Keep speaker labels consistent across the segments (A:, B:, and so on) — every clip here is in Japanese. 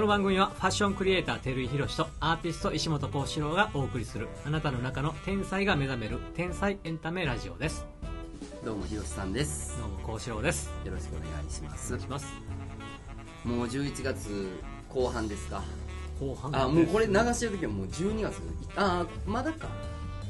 A: の番組はファッションクリエイター照井宏とアーティスト石本幸四郎がお送りするあなたの中の天才が目覚める天才エンタメラジオです
B: どうもひろしさんです
A: どうも幸四郎です
B: よろしくお願いしま
A: お
B: す
A: 願いします
B: もう11月後半ですか
A: 後半
B: あもうこれ流してる時はもう12月ああまだか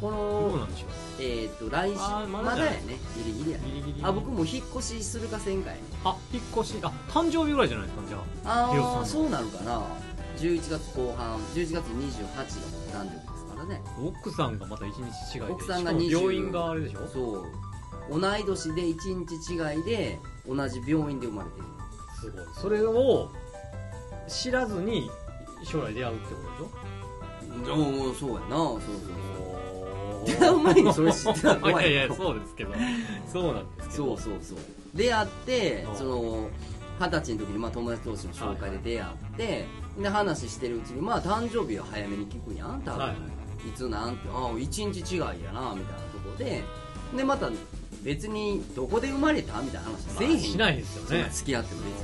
B: こ
A: どう
B: の
A: なんでしょう
B: えっ、と来週
A: あーま
B: ま
A: だ
B: だ
A: じゃ
B: や
A: ない
B: ねギリギリやね
A: ギリギリ
B: あ僕もう引っ越しするかせんかやね
A: あ引っ越しあ誕生日ぐらいじゃないですかじゃひろし
B: あ
A: さん
B: あ
A: の
B: そうなるかな11月後半11月28日が誕生日ですからね
A: あ奥さんがまた一日違いで
B: 奥さんが
A: しかも
B: 20
A: 病院があれでしょ
B: そう同い年で1日違いで同じ病院で生まれてる
A: すごいそれを知らずに将来出会うってことでしょ
B: おおそうやなそう
A: 出
B: 出会う前にそれ知ってたら怖い
A: いやいやそうですけどそうなんですけ
B: そ
A: ど
B: うそうそうそう出会って
A: うん
B: その二十歳の時にまあ友達同士の紹介で出会って、で話してるうちにまあ誕生日は早めに聞くやん多分、
A: はいはい
B: い、つなんてああ一日違いやなみたいなとこででまた別にどこで生まれたみたいな話せえへん
A: しないですよ
B: そんな
A: ね
B: 付き合っても別に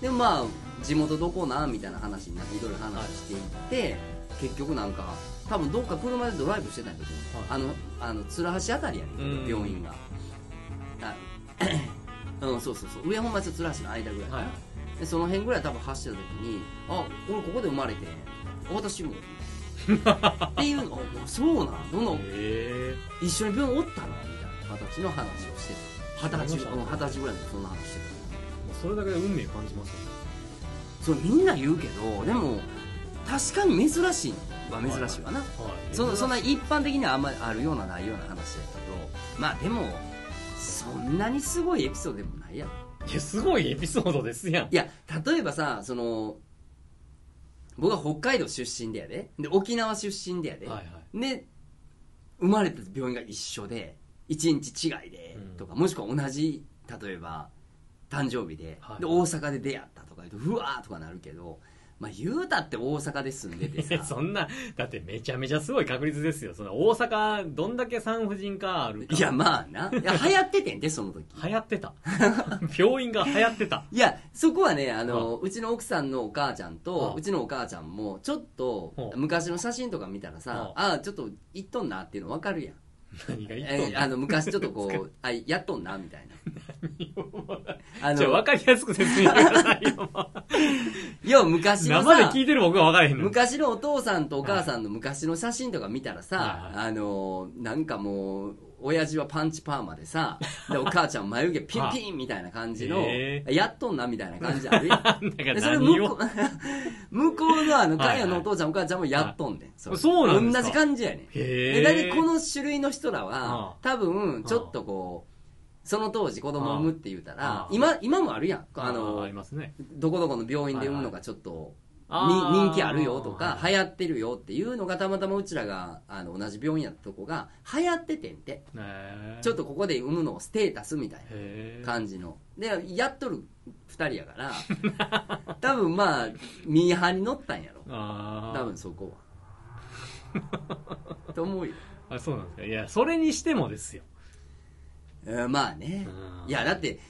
B: でもまあ地元どこなんみたいな話になっていろいろ話していって、結局なんか多分どっか車でドライブしてたんやけど、
A: はい
B: あのあの鶴橋あたりやねんけど
A: うん
B: 病院があ うんそうそうそう上本町と鶴橋の間ぐらいかな、
A: はい
B: でその辺ぐらい多分走った時にあ俺ここで生まれて 私もっていうのあそうなんどんどん
A: へ
B: 一緒に病院おったのみたいな形の話をしてた二十歳
A: そう
B: う
A: なんんだ
B: 二十歳ぐらいの時そんな話してた
A: えそれだけで運命感じますよ
B: そうみんな言うけどでも確かに珍しいは珍しいわな、
A: はい
B: そそんな
A: な
B: 一般的にはあんまりあるようなないような話やけどまあでもそんなにすごいエピソードでもないやん
A: いやすごいエピソードですやん
B: いや例えばさその僕は北海道出身でやでで沖縄出身でやで、
A: はいは
B: で生まれた病院が一緒で1日違いで
A: うん
B: とか、もしくは同じ例えば誕生日で,、
A: はい
B: で大阪で出会ったとか言うとうわーとかなるけど、まあ、言うたって大阪で住んで て
A: い
B: さ
A: そんなだってめちゃめちゃすごい確率ですよその大阪どんだけ産婦人科あるか
B: いやまあないや流行っててんでその時
A: 流行ってた 病院が流行ってた
B: いやそこはねあの、うちの奥さんのお母ちゃんと、
A: うん
B: うちのお母ちゃんもちょっと
A: うん
B: 昔の写真とか見たらさ、ああちょっと行っとんなっていうの分かるやん
A: 何が言っと
B: え
A: ん
B: ーあ
A: の
B: の昔ちょっと こうあやっとんなみたいなあ
A: じゃあ分かりやすく説明してください よ
B: 要は昔の
A: 生で
B: さ
A: 聞いてる僕は分からへんの
B: 昔のお父さんとお母さんの昔の写真とか見たらさ、
A: はい
B: あのーなんかもう親父はパンチパーマ でさでお母ちゃん眉毛ピンピンみたいな感じの、
A: へ
B: やっとんなみたいな感じあるや
A: だ
B: ん
A: から
B: でそれ
A: 何
B: 向
A: を
B: こう 向こうのあの
A: はいはい
B: 海外のお父ちゃんお母ちゃんもやっとんねん、れ
A: そうなんですか
B: 同じ感じやねん
A: へ
B: で
A: え
B: 大体この種類の人らは
A: ああ
B: 多分ちょっとこうその当時子供産むって言うた
A: ああ
B: ら今今もあるやんあ
A: あ
B: の
A: ありますね
B: どこどこの病院で産むのがちょっとに
A: あー
B: 人気あるよとか
A: は
B: 流行ってるよっていうのがたまたまうちらがあの同じ病院やったとこが流行っててんて
A: ねえ
B: ちょっとここで産むのをステータスみたいな
A: へえ
B: 感じのでやっとる2人やから 多分まあミーハーに乗ったんやろ
A: あー
B: 多分そこ はと思うよ、
A: あそうなんですかいやそれにしてもですよ
B: うんまあね
A: うん
B: いやだって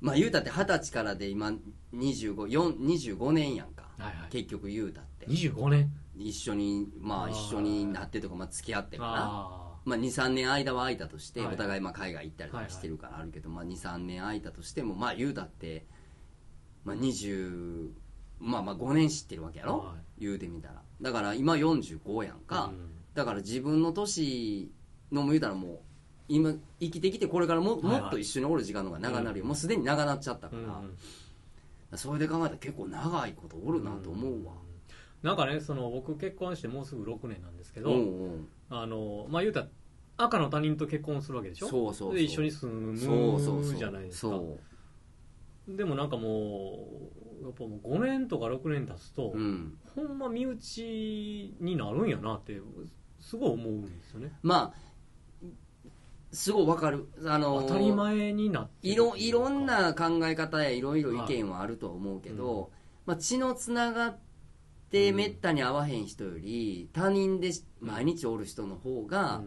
B: まあ言うたって二十歳からで今25四25年やんか
A: はいはい
B: 結局言うたって
A: 25年
B: 一緒にま
A: あ
B: あ
A: ー
B: 一緒になってとか、まあ、付き合ってかな
A: あ
B: まあ、23年間は空いたとして、
A: はい
B: お互いまあ海外行ったりとかしてるからあるけど、まあ、23年空いたとしてもまあ言うたって、まあ、20まあまあ5年知ってるわけやろ、
A: は
B: 言うてみたらだから今45やん
A: ー
B: か、
A: うん
B: だから自分の年のも言うたらもう今生きてきてこれからも,、
A: はいはい
B: もっと一緒におる時間の方が長なるよ、もうすでに長なっちゃったか
A: う
B: ら、
A: ん
B: それで考えたら結構長いことおるなと思うわ、
A: なんかねその僕結婚してもうすぐ6年なんですけ
B: うん、
A: ど
B: うん
A: あのまあ言うたら赤の他人と結婚するわけでしょ
B: そうそうそう
A: で一緒に住
B: そうそうそ
A: む
B: う
A: じゃないですか
B: そ
A: でもなんかもうやっぱもう5年とか6年経つと
B: う、うん、
A: ほんま身内になるんやなってすごい思うんですよね
B: まあすごいわかるあの
A: 当たり前になってる
B: いろいろんな考え方やいろいろ意見はあるとは思うけど、
A: は
B: まあ、血のつながって
A: うん
B: めったに会わへん人より他人で毎日おる人の方が、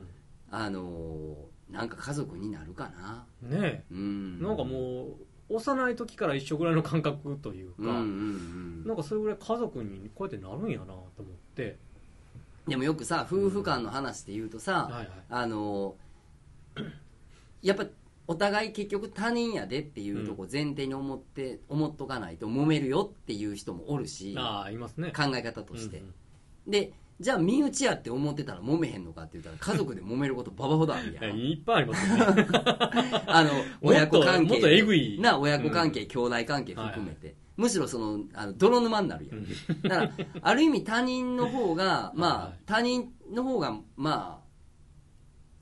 B: あのなんか家族になるかな
A: うんね
B: うん
A: えなんかもう幼い時から一緒ぐらいの感覚というか、
B: うんうんう
A: なんかそれぐらい家族にこうやってなるんやなと思って、
B: んでもよくさ夫婦間の話で言うとさ、
A: はいはい
B: あのやっぱお互い結局他人やでっていうとこ前提に思って、思っとかないと揉めるよっていう人もおるし
A: ああいますね
B: 考え方として、
A: うんうん
B: でじゃあ身内やって思ってたら揉めへんのかって言ったら家族で揉めることババほどあるや
A: いや
B: ん
A: いっぱいあります ね
B: あの親子関係
A: もっとえぐい
B: な親子関係、兄弟関係含めて、むしろそのあの泥沼になるやん、だからある意味他人の方がまあ、
A: はい
B: 他人の方がまあ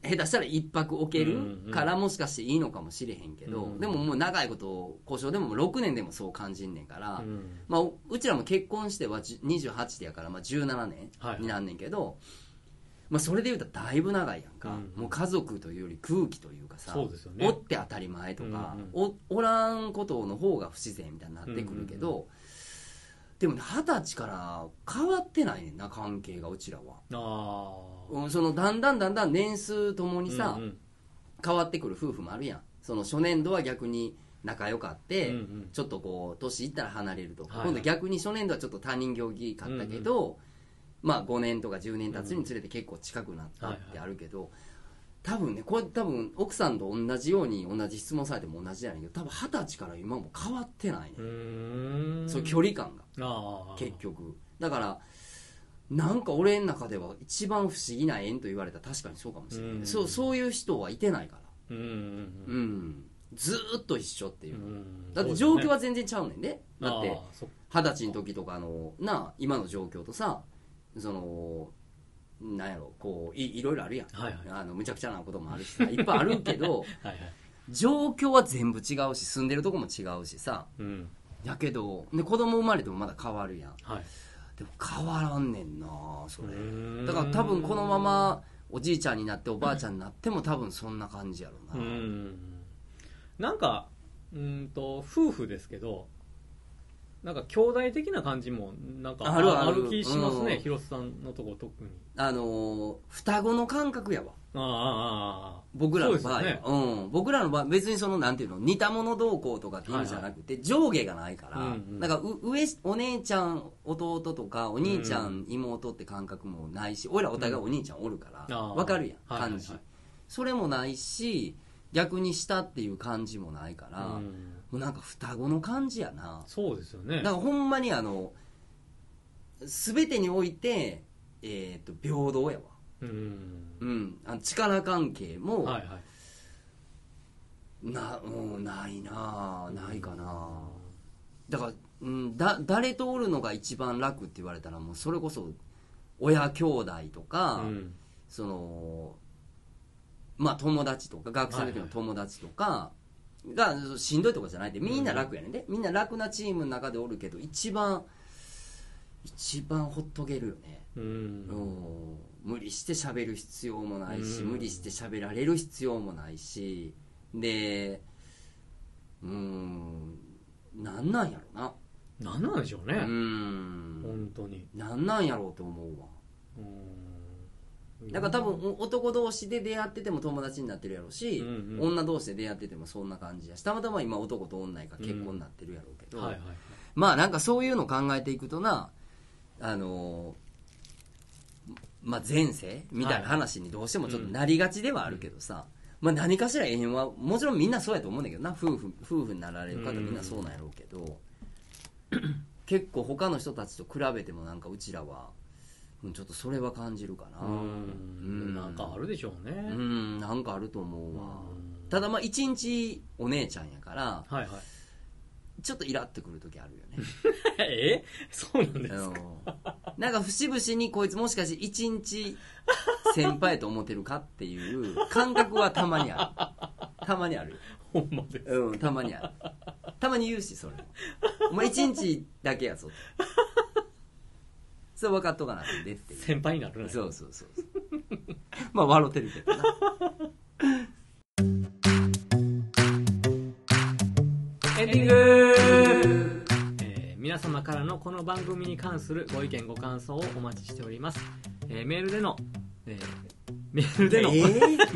B: 下手したら一泊置
A: う
B: け
A: んう
B: る
A: ん
B: からもしかしていいのかもしれへんけど、
A: うん
B: でももう長いこと交渉でも6年でもそう感じんねんから、
A: うん
B: まあ、うちらも結婚してはじ28でやから、まあ、17年
A: はい
B: になんねんけど、まあ、それでいうとだいぶ長いやんか、
A: うん
B: もう家族というより空気というかさ
A: そうですよね
B: おって当たり前とか、
A: う
B: おおらんことの方が不自然みたいになってくるけど、でもね二十歳から変わってないねんな関係がうちらは、
A: ああ
B: うん、そのだんだんだんだん年数ともにさ、
A: うんうん
B: 変わってくる夫婦もあるやんその初年度は逆に仲良かって、
A: うんうん
B: ちょっとこう年いったら離れるとか、
A: はいはい
B: 今度逆に初年度はちょっと他人行儀かったけど、まあ5年とか10年経つにつれて結構近くなったってあるけど、多分ねこれ多分奥さんと同じように同じ質問されても同じじゃないけど多分二十歳から今も変わってないね、
A: うーん
B: そう距離感が
A: ああ
B: 結局だからなんか俺の中では一番不思議な縁と言われたら確かにそうかもしれない、
A: うん
B: そうそういう人はいてないから
A: うんうん
B: うん、ずーっと一緒っていうう、
A: ん
B: だって状況は全然ちゃうねんねだっ
A: あ
B: て
A: あそっ
B: 二十歳の時とかのなあ今の状況とさそのなんやろこういいろいろあるやん、
A: はいはい
B: あのむちゃくちゃなこともあるしさいっぱいある けど
A: はいはい
B: 状況は全部違うし住んでるとこも違うしさ
A: うん
B: やけどで子供生まれてもまだ変わるやん
A: はい
B: でも変わらんねんなそれ
A: うーん
B: だから多分このままおじいちゃんになっておばあちゃんになっても多分そんな感じやろう
A: う
B: な、
A: んなんかうんと夫婦ですけどなんか兄弟的な感じもなんか
B: あるある
A: 気します
B: う
A: ね
B: ん
A: 広瀬さんのとこ特に
B: あのー双子の感覚やわ
A: ああああああ
B: 僕らの場合は
A: そうです
B: うん、僕らの場合別にそのなんていうの似た者同行とかっていう意味じゃなくて、上下がないから、
A: うんうん
B: なんかう上お姉ちゃん弟とかお兄ちゃん、妹って感覚もないし俺らお互いお兄ちゃんおるから、
A: あー
B: わかるやん
A: はいはいはい
B: 感じ、それもないし逆に下っていう感じもないから、
A: う
B: も
A: ん
B: うなんか双子の感じやな
A: そうですよね
B: なんかほんまにあの全てにおいて、えー、と平等やわ、
A: うん
B: うん、あの力関係も、
A: はいはい
B: なうんないなあないかなだから、うん、だ誰とおるのが一番楽って言われたらもうそれこそ親兄弟とか、
A: うん
B: そのまあ友達とか学生の時の友達とかが、そうしんどいとかじゃないでみんな楽やねんで、みんな楽なチームの中でおるけど一番一番ほっとけるよね、
A: う
B: うんん無理して喋る必要もないし、
A: うん
B: 無理して喋られる必要もないしでうんなんなんやろな、
A: なんなんでしょうね
B: うん
A: 本当に
B: なんなんやろうと思うわ
A: うん
B: だから多分お男同士で出会ってても友達になってるやろうし、
A: うんうん
B: 女同士で出会っててもそんな感じやしたまたま今男と女が結婚になってるやろうけど、
A: はいはいはい
B: まあなんかそういうの考えていくとなあのまあ、前世みたいな話にどうしてもちょっとなりがちではあるけどさ、まあ、何かしら縁はもちろんみんなそうやと思うんだけどな夫婦夫婦になられる方みんなそうなんやろうけど、 結構他の人たちと比べてもなんかうちらはうんちょっとそれは感じるかな
A: う
B: うん
A: んなんかあるでしょうね
B: うんなんかあると思うわ
A: うん
B: ただまあ一日お姉ちゃんやから
A: はいはい
B: ちょっとイラってくる時あるよね
A: え そうなんですか
B: うんなんか節々にこいつもしかして一日先輩と思ってるかっていう感覚はたまにあるたまにある
A: ほんまです
B: うんたまにあるたまに言うしそれもお前一日だけやぞとそう分かっとかなあかんでっていう
A: 先輩になるね
B: そうそうそうそうまあ笑ってるけどな
A: エンディング、えー皆様からのこの番組に関するご意見ご感想をお待ちしております、えーメールでの、えーメールでの、
B: え ー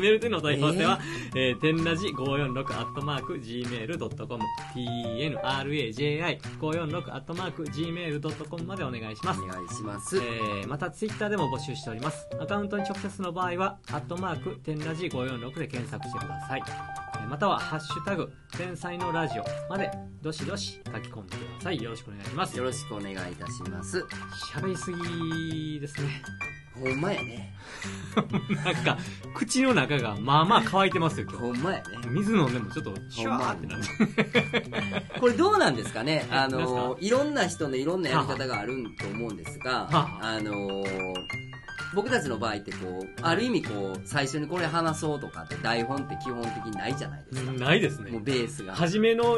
A: メールでのお問い合わせは、えー、天ラジ546アットマーク gmail.com、tnraji546 アットマーク gmail.com までお願いします。
B: お願いします、
A: えーまたツイッターでも募集しておりますアカウントに直接の場合は「アットマーク天ラジ546」で検索してください、えーまたは「ハッシュタグ天才のラジオ」までどしどし書き込んでくださいよろしくお願いします
B: よろしくお願いいたします
A: 喋りすぎですね
B: ほんまやね
A: なんか口の中がまあまあ乾いてますよ今日
B: ほんまやね
A: 水飲んでもちょっとシュワーってなって
B: これどうなんですかね
A: えな
B: あ
A: ん
B: のいろんな人のいろんなやり方があると思うんですが
A: は
B: あの僕たちの場合ってこうある意味こう最初にこれ話そうとかって台本って基本的にないじゃないですか、
A: ないです
B: もう
A: ね
B: ベースが
A: 初めの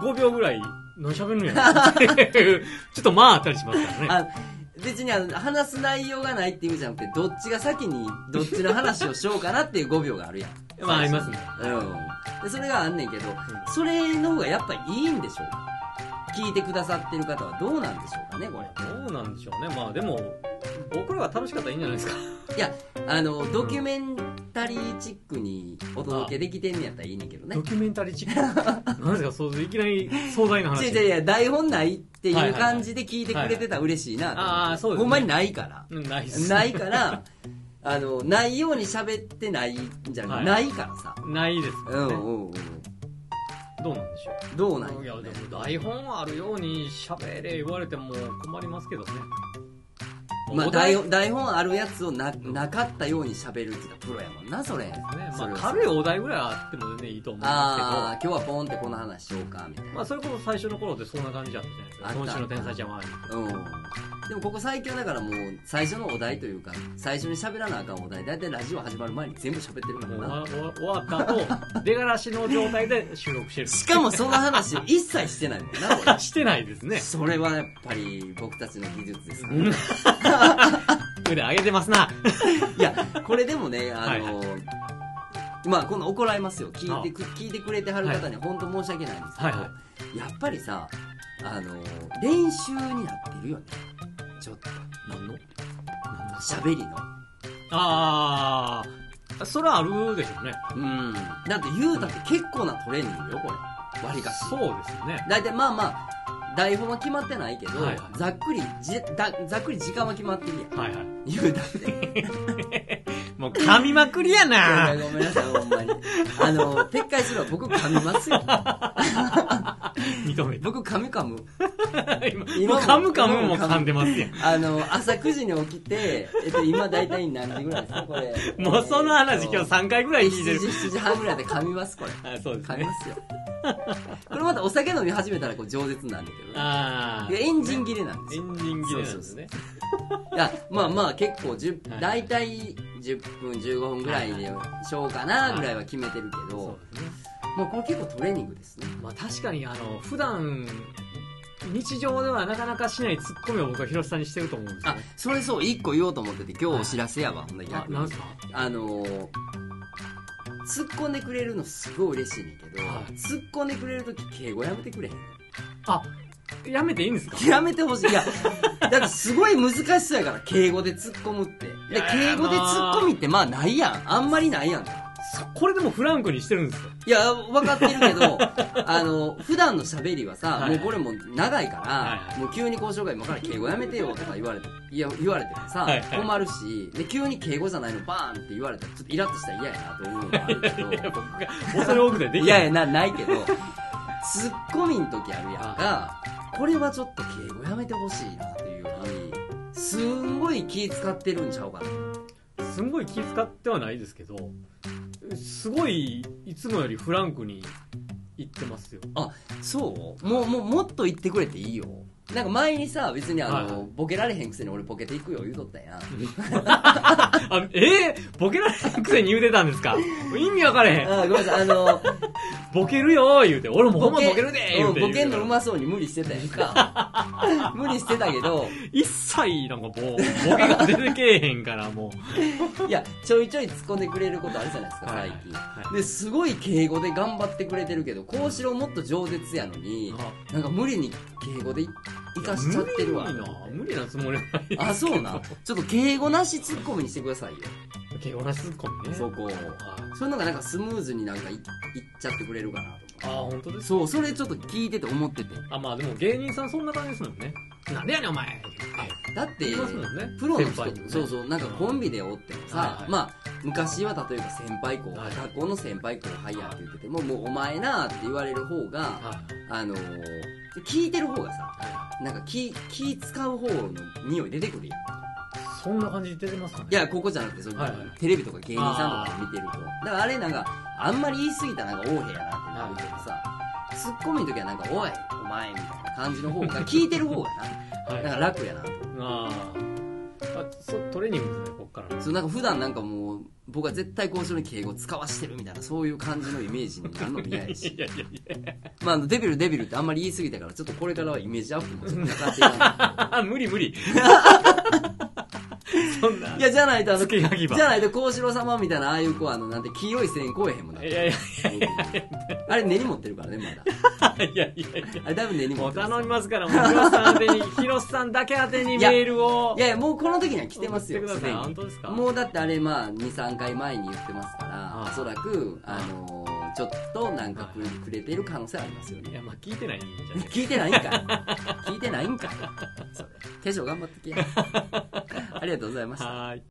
A: 5秒ぐらい何喋るんやろ っていうちょっとまああったりしますからね
B: あ別にあの話す内容がないっていう意味じゃなくてどっちが先にどっちの話をしようかなっていう5秒があるやん
A: まあありますね
B: うんでそれがあんねんけどそれの方がやっぱいいんでしょうか聞いてくださってる方はどうなんでしょうかねこれ
A: どうなんでしょうねまあでも僕らが楽しかったらいいんじゃないですか
B: いやあのドキュメンタリーチックにお届けできてんねやったらいいねんけどね
A: ドキュメンタリーチック なんですかそういきなり壮大な
B: 違う
A: 話
B: 違ういや台本ないって
A: はい
B: い
A: は
B: う
A: いはい
B: 感じで聞いてくれてたら嬉しいなと思って、
A: ああそうですね
B: ほんまにないから
A: うんないっす
B: ないから あのないように喋ってないんじゃなく
A: はい
B: ないからさ
A: ないです
B: う
A: よ
B: んう
A: ね
B: んうん
A: どうなんでしょう
B: どうなん
A: い
B: や
A: や
B: ろね
A: でも台本あるように喋れ言われても困りますけどね
B: まあ、
A: お題
B: 台本台本あるやつをななかったように喋るって言ったらプロやもんなそれ
A: ね
B: そ
A: まあ
B: れは
A: 軽いお題ぐらいあっても全然いいと思うんです
B: ああ今日はポンってこの話しようかみたい
A: け
B: な、
A: どまあそれこそ最初の頃ってそんな感じだったじゃないですか
B: あった
A: 今週の天才ちゃんは
B: うんでもここ最強だからもう最初のお題というか最初に喋らなあかんお題大体ラジオ始まる前に全部喋ってるか
A: も
B: ら
A: う
B: な
A: 終わ終わった後出がらしの状態で収録して る
B: しかもその話一切してないもん な俺
A: してないですね
B: それはやっぱり僕たちの技術ですから、い
A: 腕上げてますな。
B: やこれでもねあの、まあこの怒られますよ聞いてく聞いてくれてはる方には本当申し訳ないんですけど、
A: はいは
B: やっぱりさあの練習になってるよねちょっと
A: 何の
B: 喋りの
A: ああ、それはあるでしょうね。
B: うんだって言うたって結構なトレーニングよこれ割りかし
A: そうですよね。
B: 大体まあまあ台本は決まってないけど、
A: はいはい
B: ざっくりじだざっくり時間は決まってる やん
A: はいはい。
B: 言うたって
A: もう噛みまくりや
B: いや
A: な。
B: いやごめんなさいほんまにあの撤回するわ僕噛みま すよ
A: 認めた。
B: 僕噛む噛む
A: 今
B: 今
A: もう
B: も
A: 噛む噛むも噛んでますやん。
B: あの朝9時に起きて、えっと、今大体何時ぐらいですかこれ
A: もうその話今日3回ぐらい聞いて
B: 7
A: る
B: 時。7時半ぐらいで噛みますこれ
A: あそうです
B: 噛み
A: ね
B: ま。すよこれまたお酒飲み始めたらこう饒舌なんだけどね
A: ああ。
B: いやエンジン切れなんです
A: エ
B: よ
A: ンディング切れなんですね。
B: いやまあまあ結構10
A: はい
B: 大体10分15分ぐらいでしようかなぐらいは決めてるけど、
A: そうですね。
B: もうこれ結構トレーニングですね
A: まあ確かにあの、普段、日常ではなかなかしないツッコミを僕は広瀬さんにしてると思うんですよ
B: あ
A: ね。
B: それそう1個言おうと思ってて今日お知らせやわ、ほんで
A: あ、
B: 逆に
A: なんすか
B: あのー突っ込んでくれるのすごい嬉しいねんだけど、
A: はい
B: 突っ込んでくれるとき敬語やめてくれへん
A: あ、やめていいんですか
B: やめてほしいいや だってすごい難しそうやから敬語で突っ込むって
A: い
B: で
A: や
B: 敬語で突っ込みってまあないやんあんまりないやんか
A: そこれでもフランクにしてるんですよ。
B: いや分かってる けどあの普段の喋りはさ、
A: はい
B: もうこれもう長いから、
A: はいはい
B: もう急に交渉が今から敬語やめてよとか言われていや言われてもさ、
A: はいはい
B: 困るしで急に敬語じゃないのバーンって言われたらちょっとイラッとしたら嫌やなと思うのがあるけ
A: い
B: ど
A: や僕が恐れ多くてでき
B: い
A: な
B: や
A: い
B: いやなないけど ツッコミん時あるやんかこれはちょっと敬語やめてほしいなっていうのにすんごい気使ってるんちゃうかな
A: すんごい気遣ってはないですけどすごいいつもよりフランクに言ってますよ
B: そうもうもうもっと言ってくれていいよなんか前にさ別にあの、
A: はいはい
B: ボケられへんくせに俺ボケていくよ言うとった やん
A: あえー、ボケられへんくせに言うてたんですか意味わかれへん
B: あごめんなさいあの
A: ボケるよー言うて俺もほんまボケるでー言うて
B: うんボケんのうまそうに無理してたやんか 無理してたけど、
A: 一切なんかもうボケが出てけえへんからも
B: いや、ちょいちょい突っ込んでくれることあるじゃないですか、
A: はい
B: 最近。
A: は
B: ですごい敬語で頑張ってくれてるけど、幸四郎もっと饒舌やの
A: う
B: に、
A: あ
B: なんか無理に敬語でい生かしちゃってるわ
A: 無。理な無理なつもりはないですけど
B: あ、そうな。ちょっと敬語なしツッコミにしてくださいよ。
A: 敬語なしツッコミね
B: そこを。
A: あ
B: そういうのがなんかスムーズになんかいいっちゃってくれるかなと
A: あ本当で
B: 思う。
A: す
B: そう、それちょっと聞いてて思ってて。
A: あまあでも芸人さんそんな感じですもんねなんでやねんお前
B: だって、
A: いますもんね
B: プロの
A: 先
B: 人、
A: 輩にもね
B: そうそう、なんかコンビでおってもさ、
A: はいはい
B: まあ、昔は例えば先輩後輩、
A: はい
B: 学校の先輩後輩やって言ってても、もうお前なーって言われる方が、
A: は
B: あのー、聞いてる方がさ、
A: いは
B: なんか気、気使う方の匂い出てくるやん。
A: いそんな感じ出てますかね
B: いや、ここじゃなくて、その、
A: はいはい
B: テレビとか芸人さんとか見てると。だからあれなんか、あんまり言い過ぎたなんか横柄やなってなるけどさ、ツッコミの時はなんか、おい、お前みたいな感じの方が、 聞いてる方が
A: は
B: な、
A: い
B: なんか楽やなと。
A: あーあそトレーニングですねこっから
B: そう、なんか普段なんかもう、僕は絶対交渉に敬語使わしてるみたいな、そういう感じのイメージになるのも嫌やし。
A: いやいやいや
B: まああの、デビルデビルってあんまり言い過ぎたから、ちょっとこれからはイメージアップもちょっとなかっていかない
A: あ無理無理そん ない
B: や、じゃないと、あの、
A: 付け焼き
B: じ
A: 刃
B: ゃないと、幸四郎様みたいな、ああいう子は、あの、なんて、黄色い線こえへんもんな。
A: いやいや
B: あれ、根に持ってるからね、まだ。
A: いやいやいや
B: あれ、だいぶ根に持
A: も
B: っ
A: う
B: てる。
A: 頼みますからもう広瀬さん宛てに広瀬さんだけ宛てにメールを
B: いやいや、もうこの時には来てますよ
A: 送っ、てくだ
B: す
A: さ
B: で
A: い
B: に。
A: 本当ですか
B: もうだってあれ、まあ、2、3回前に言ってますか
A: あ
B: ら
A: あ、
B: おそらく、あ
A: あ
B: のー、ちょっとなんかくれ
A: は
B: くれてる可能性ありますよ
A: い
B: ね。
A: やまあ聞いてないんじゃない
B: 聞いてないんかい。聞いてないんかい。そう化粧頑張ってけ。ありがとうございました。
A: はーい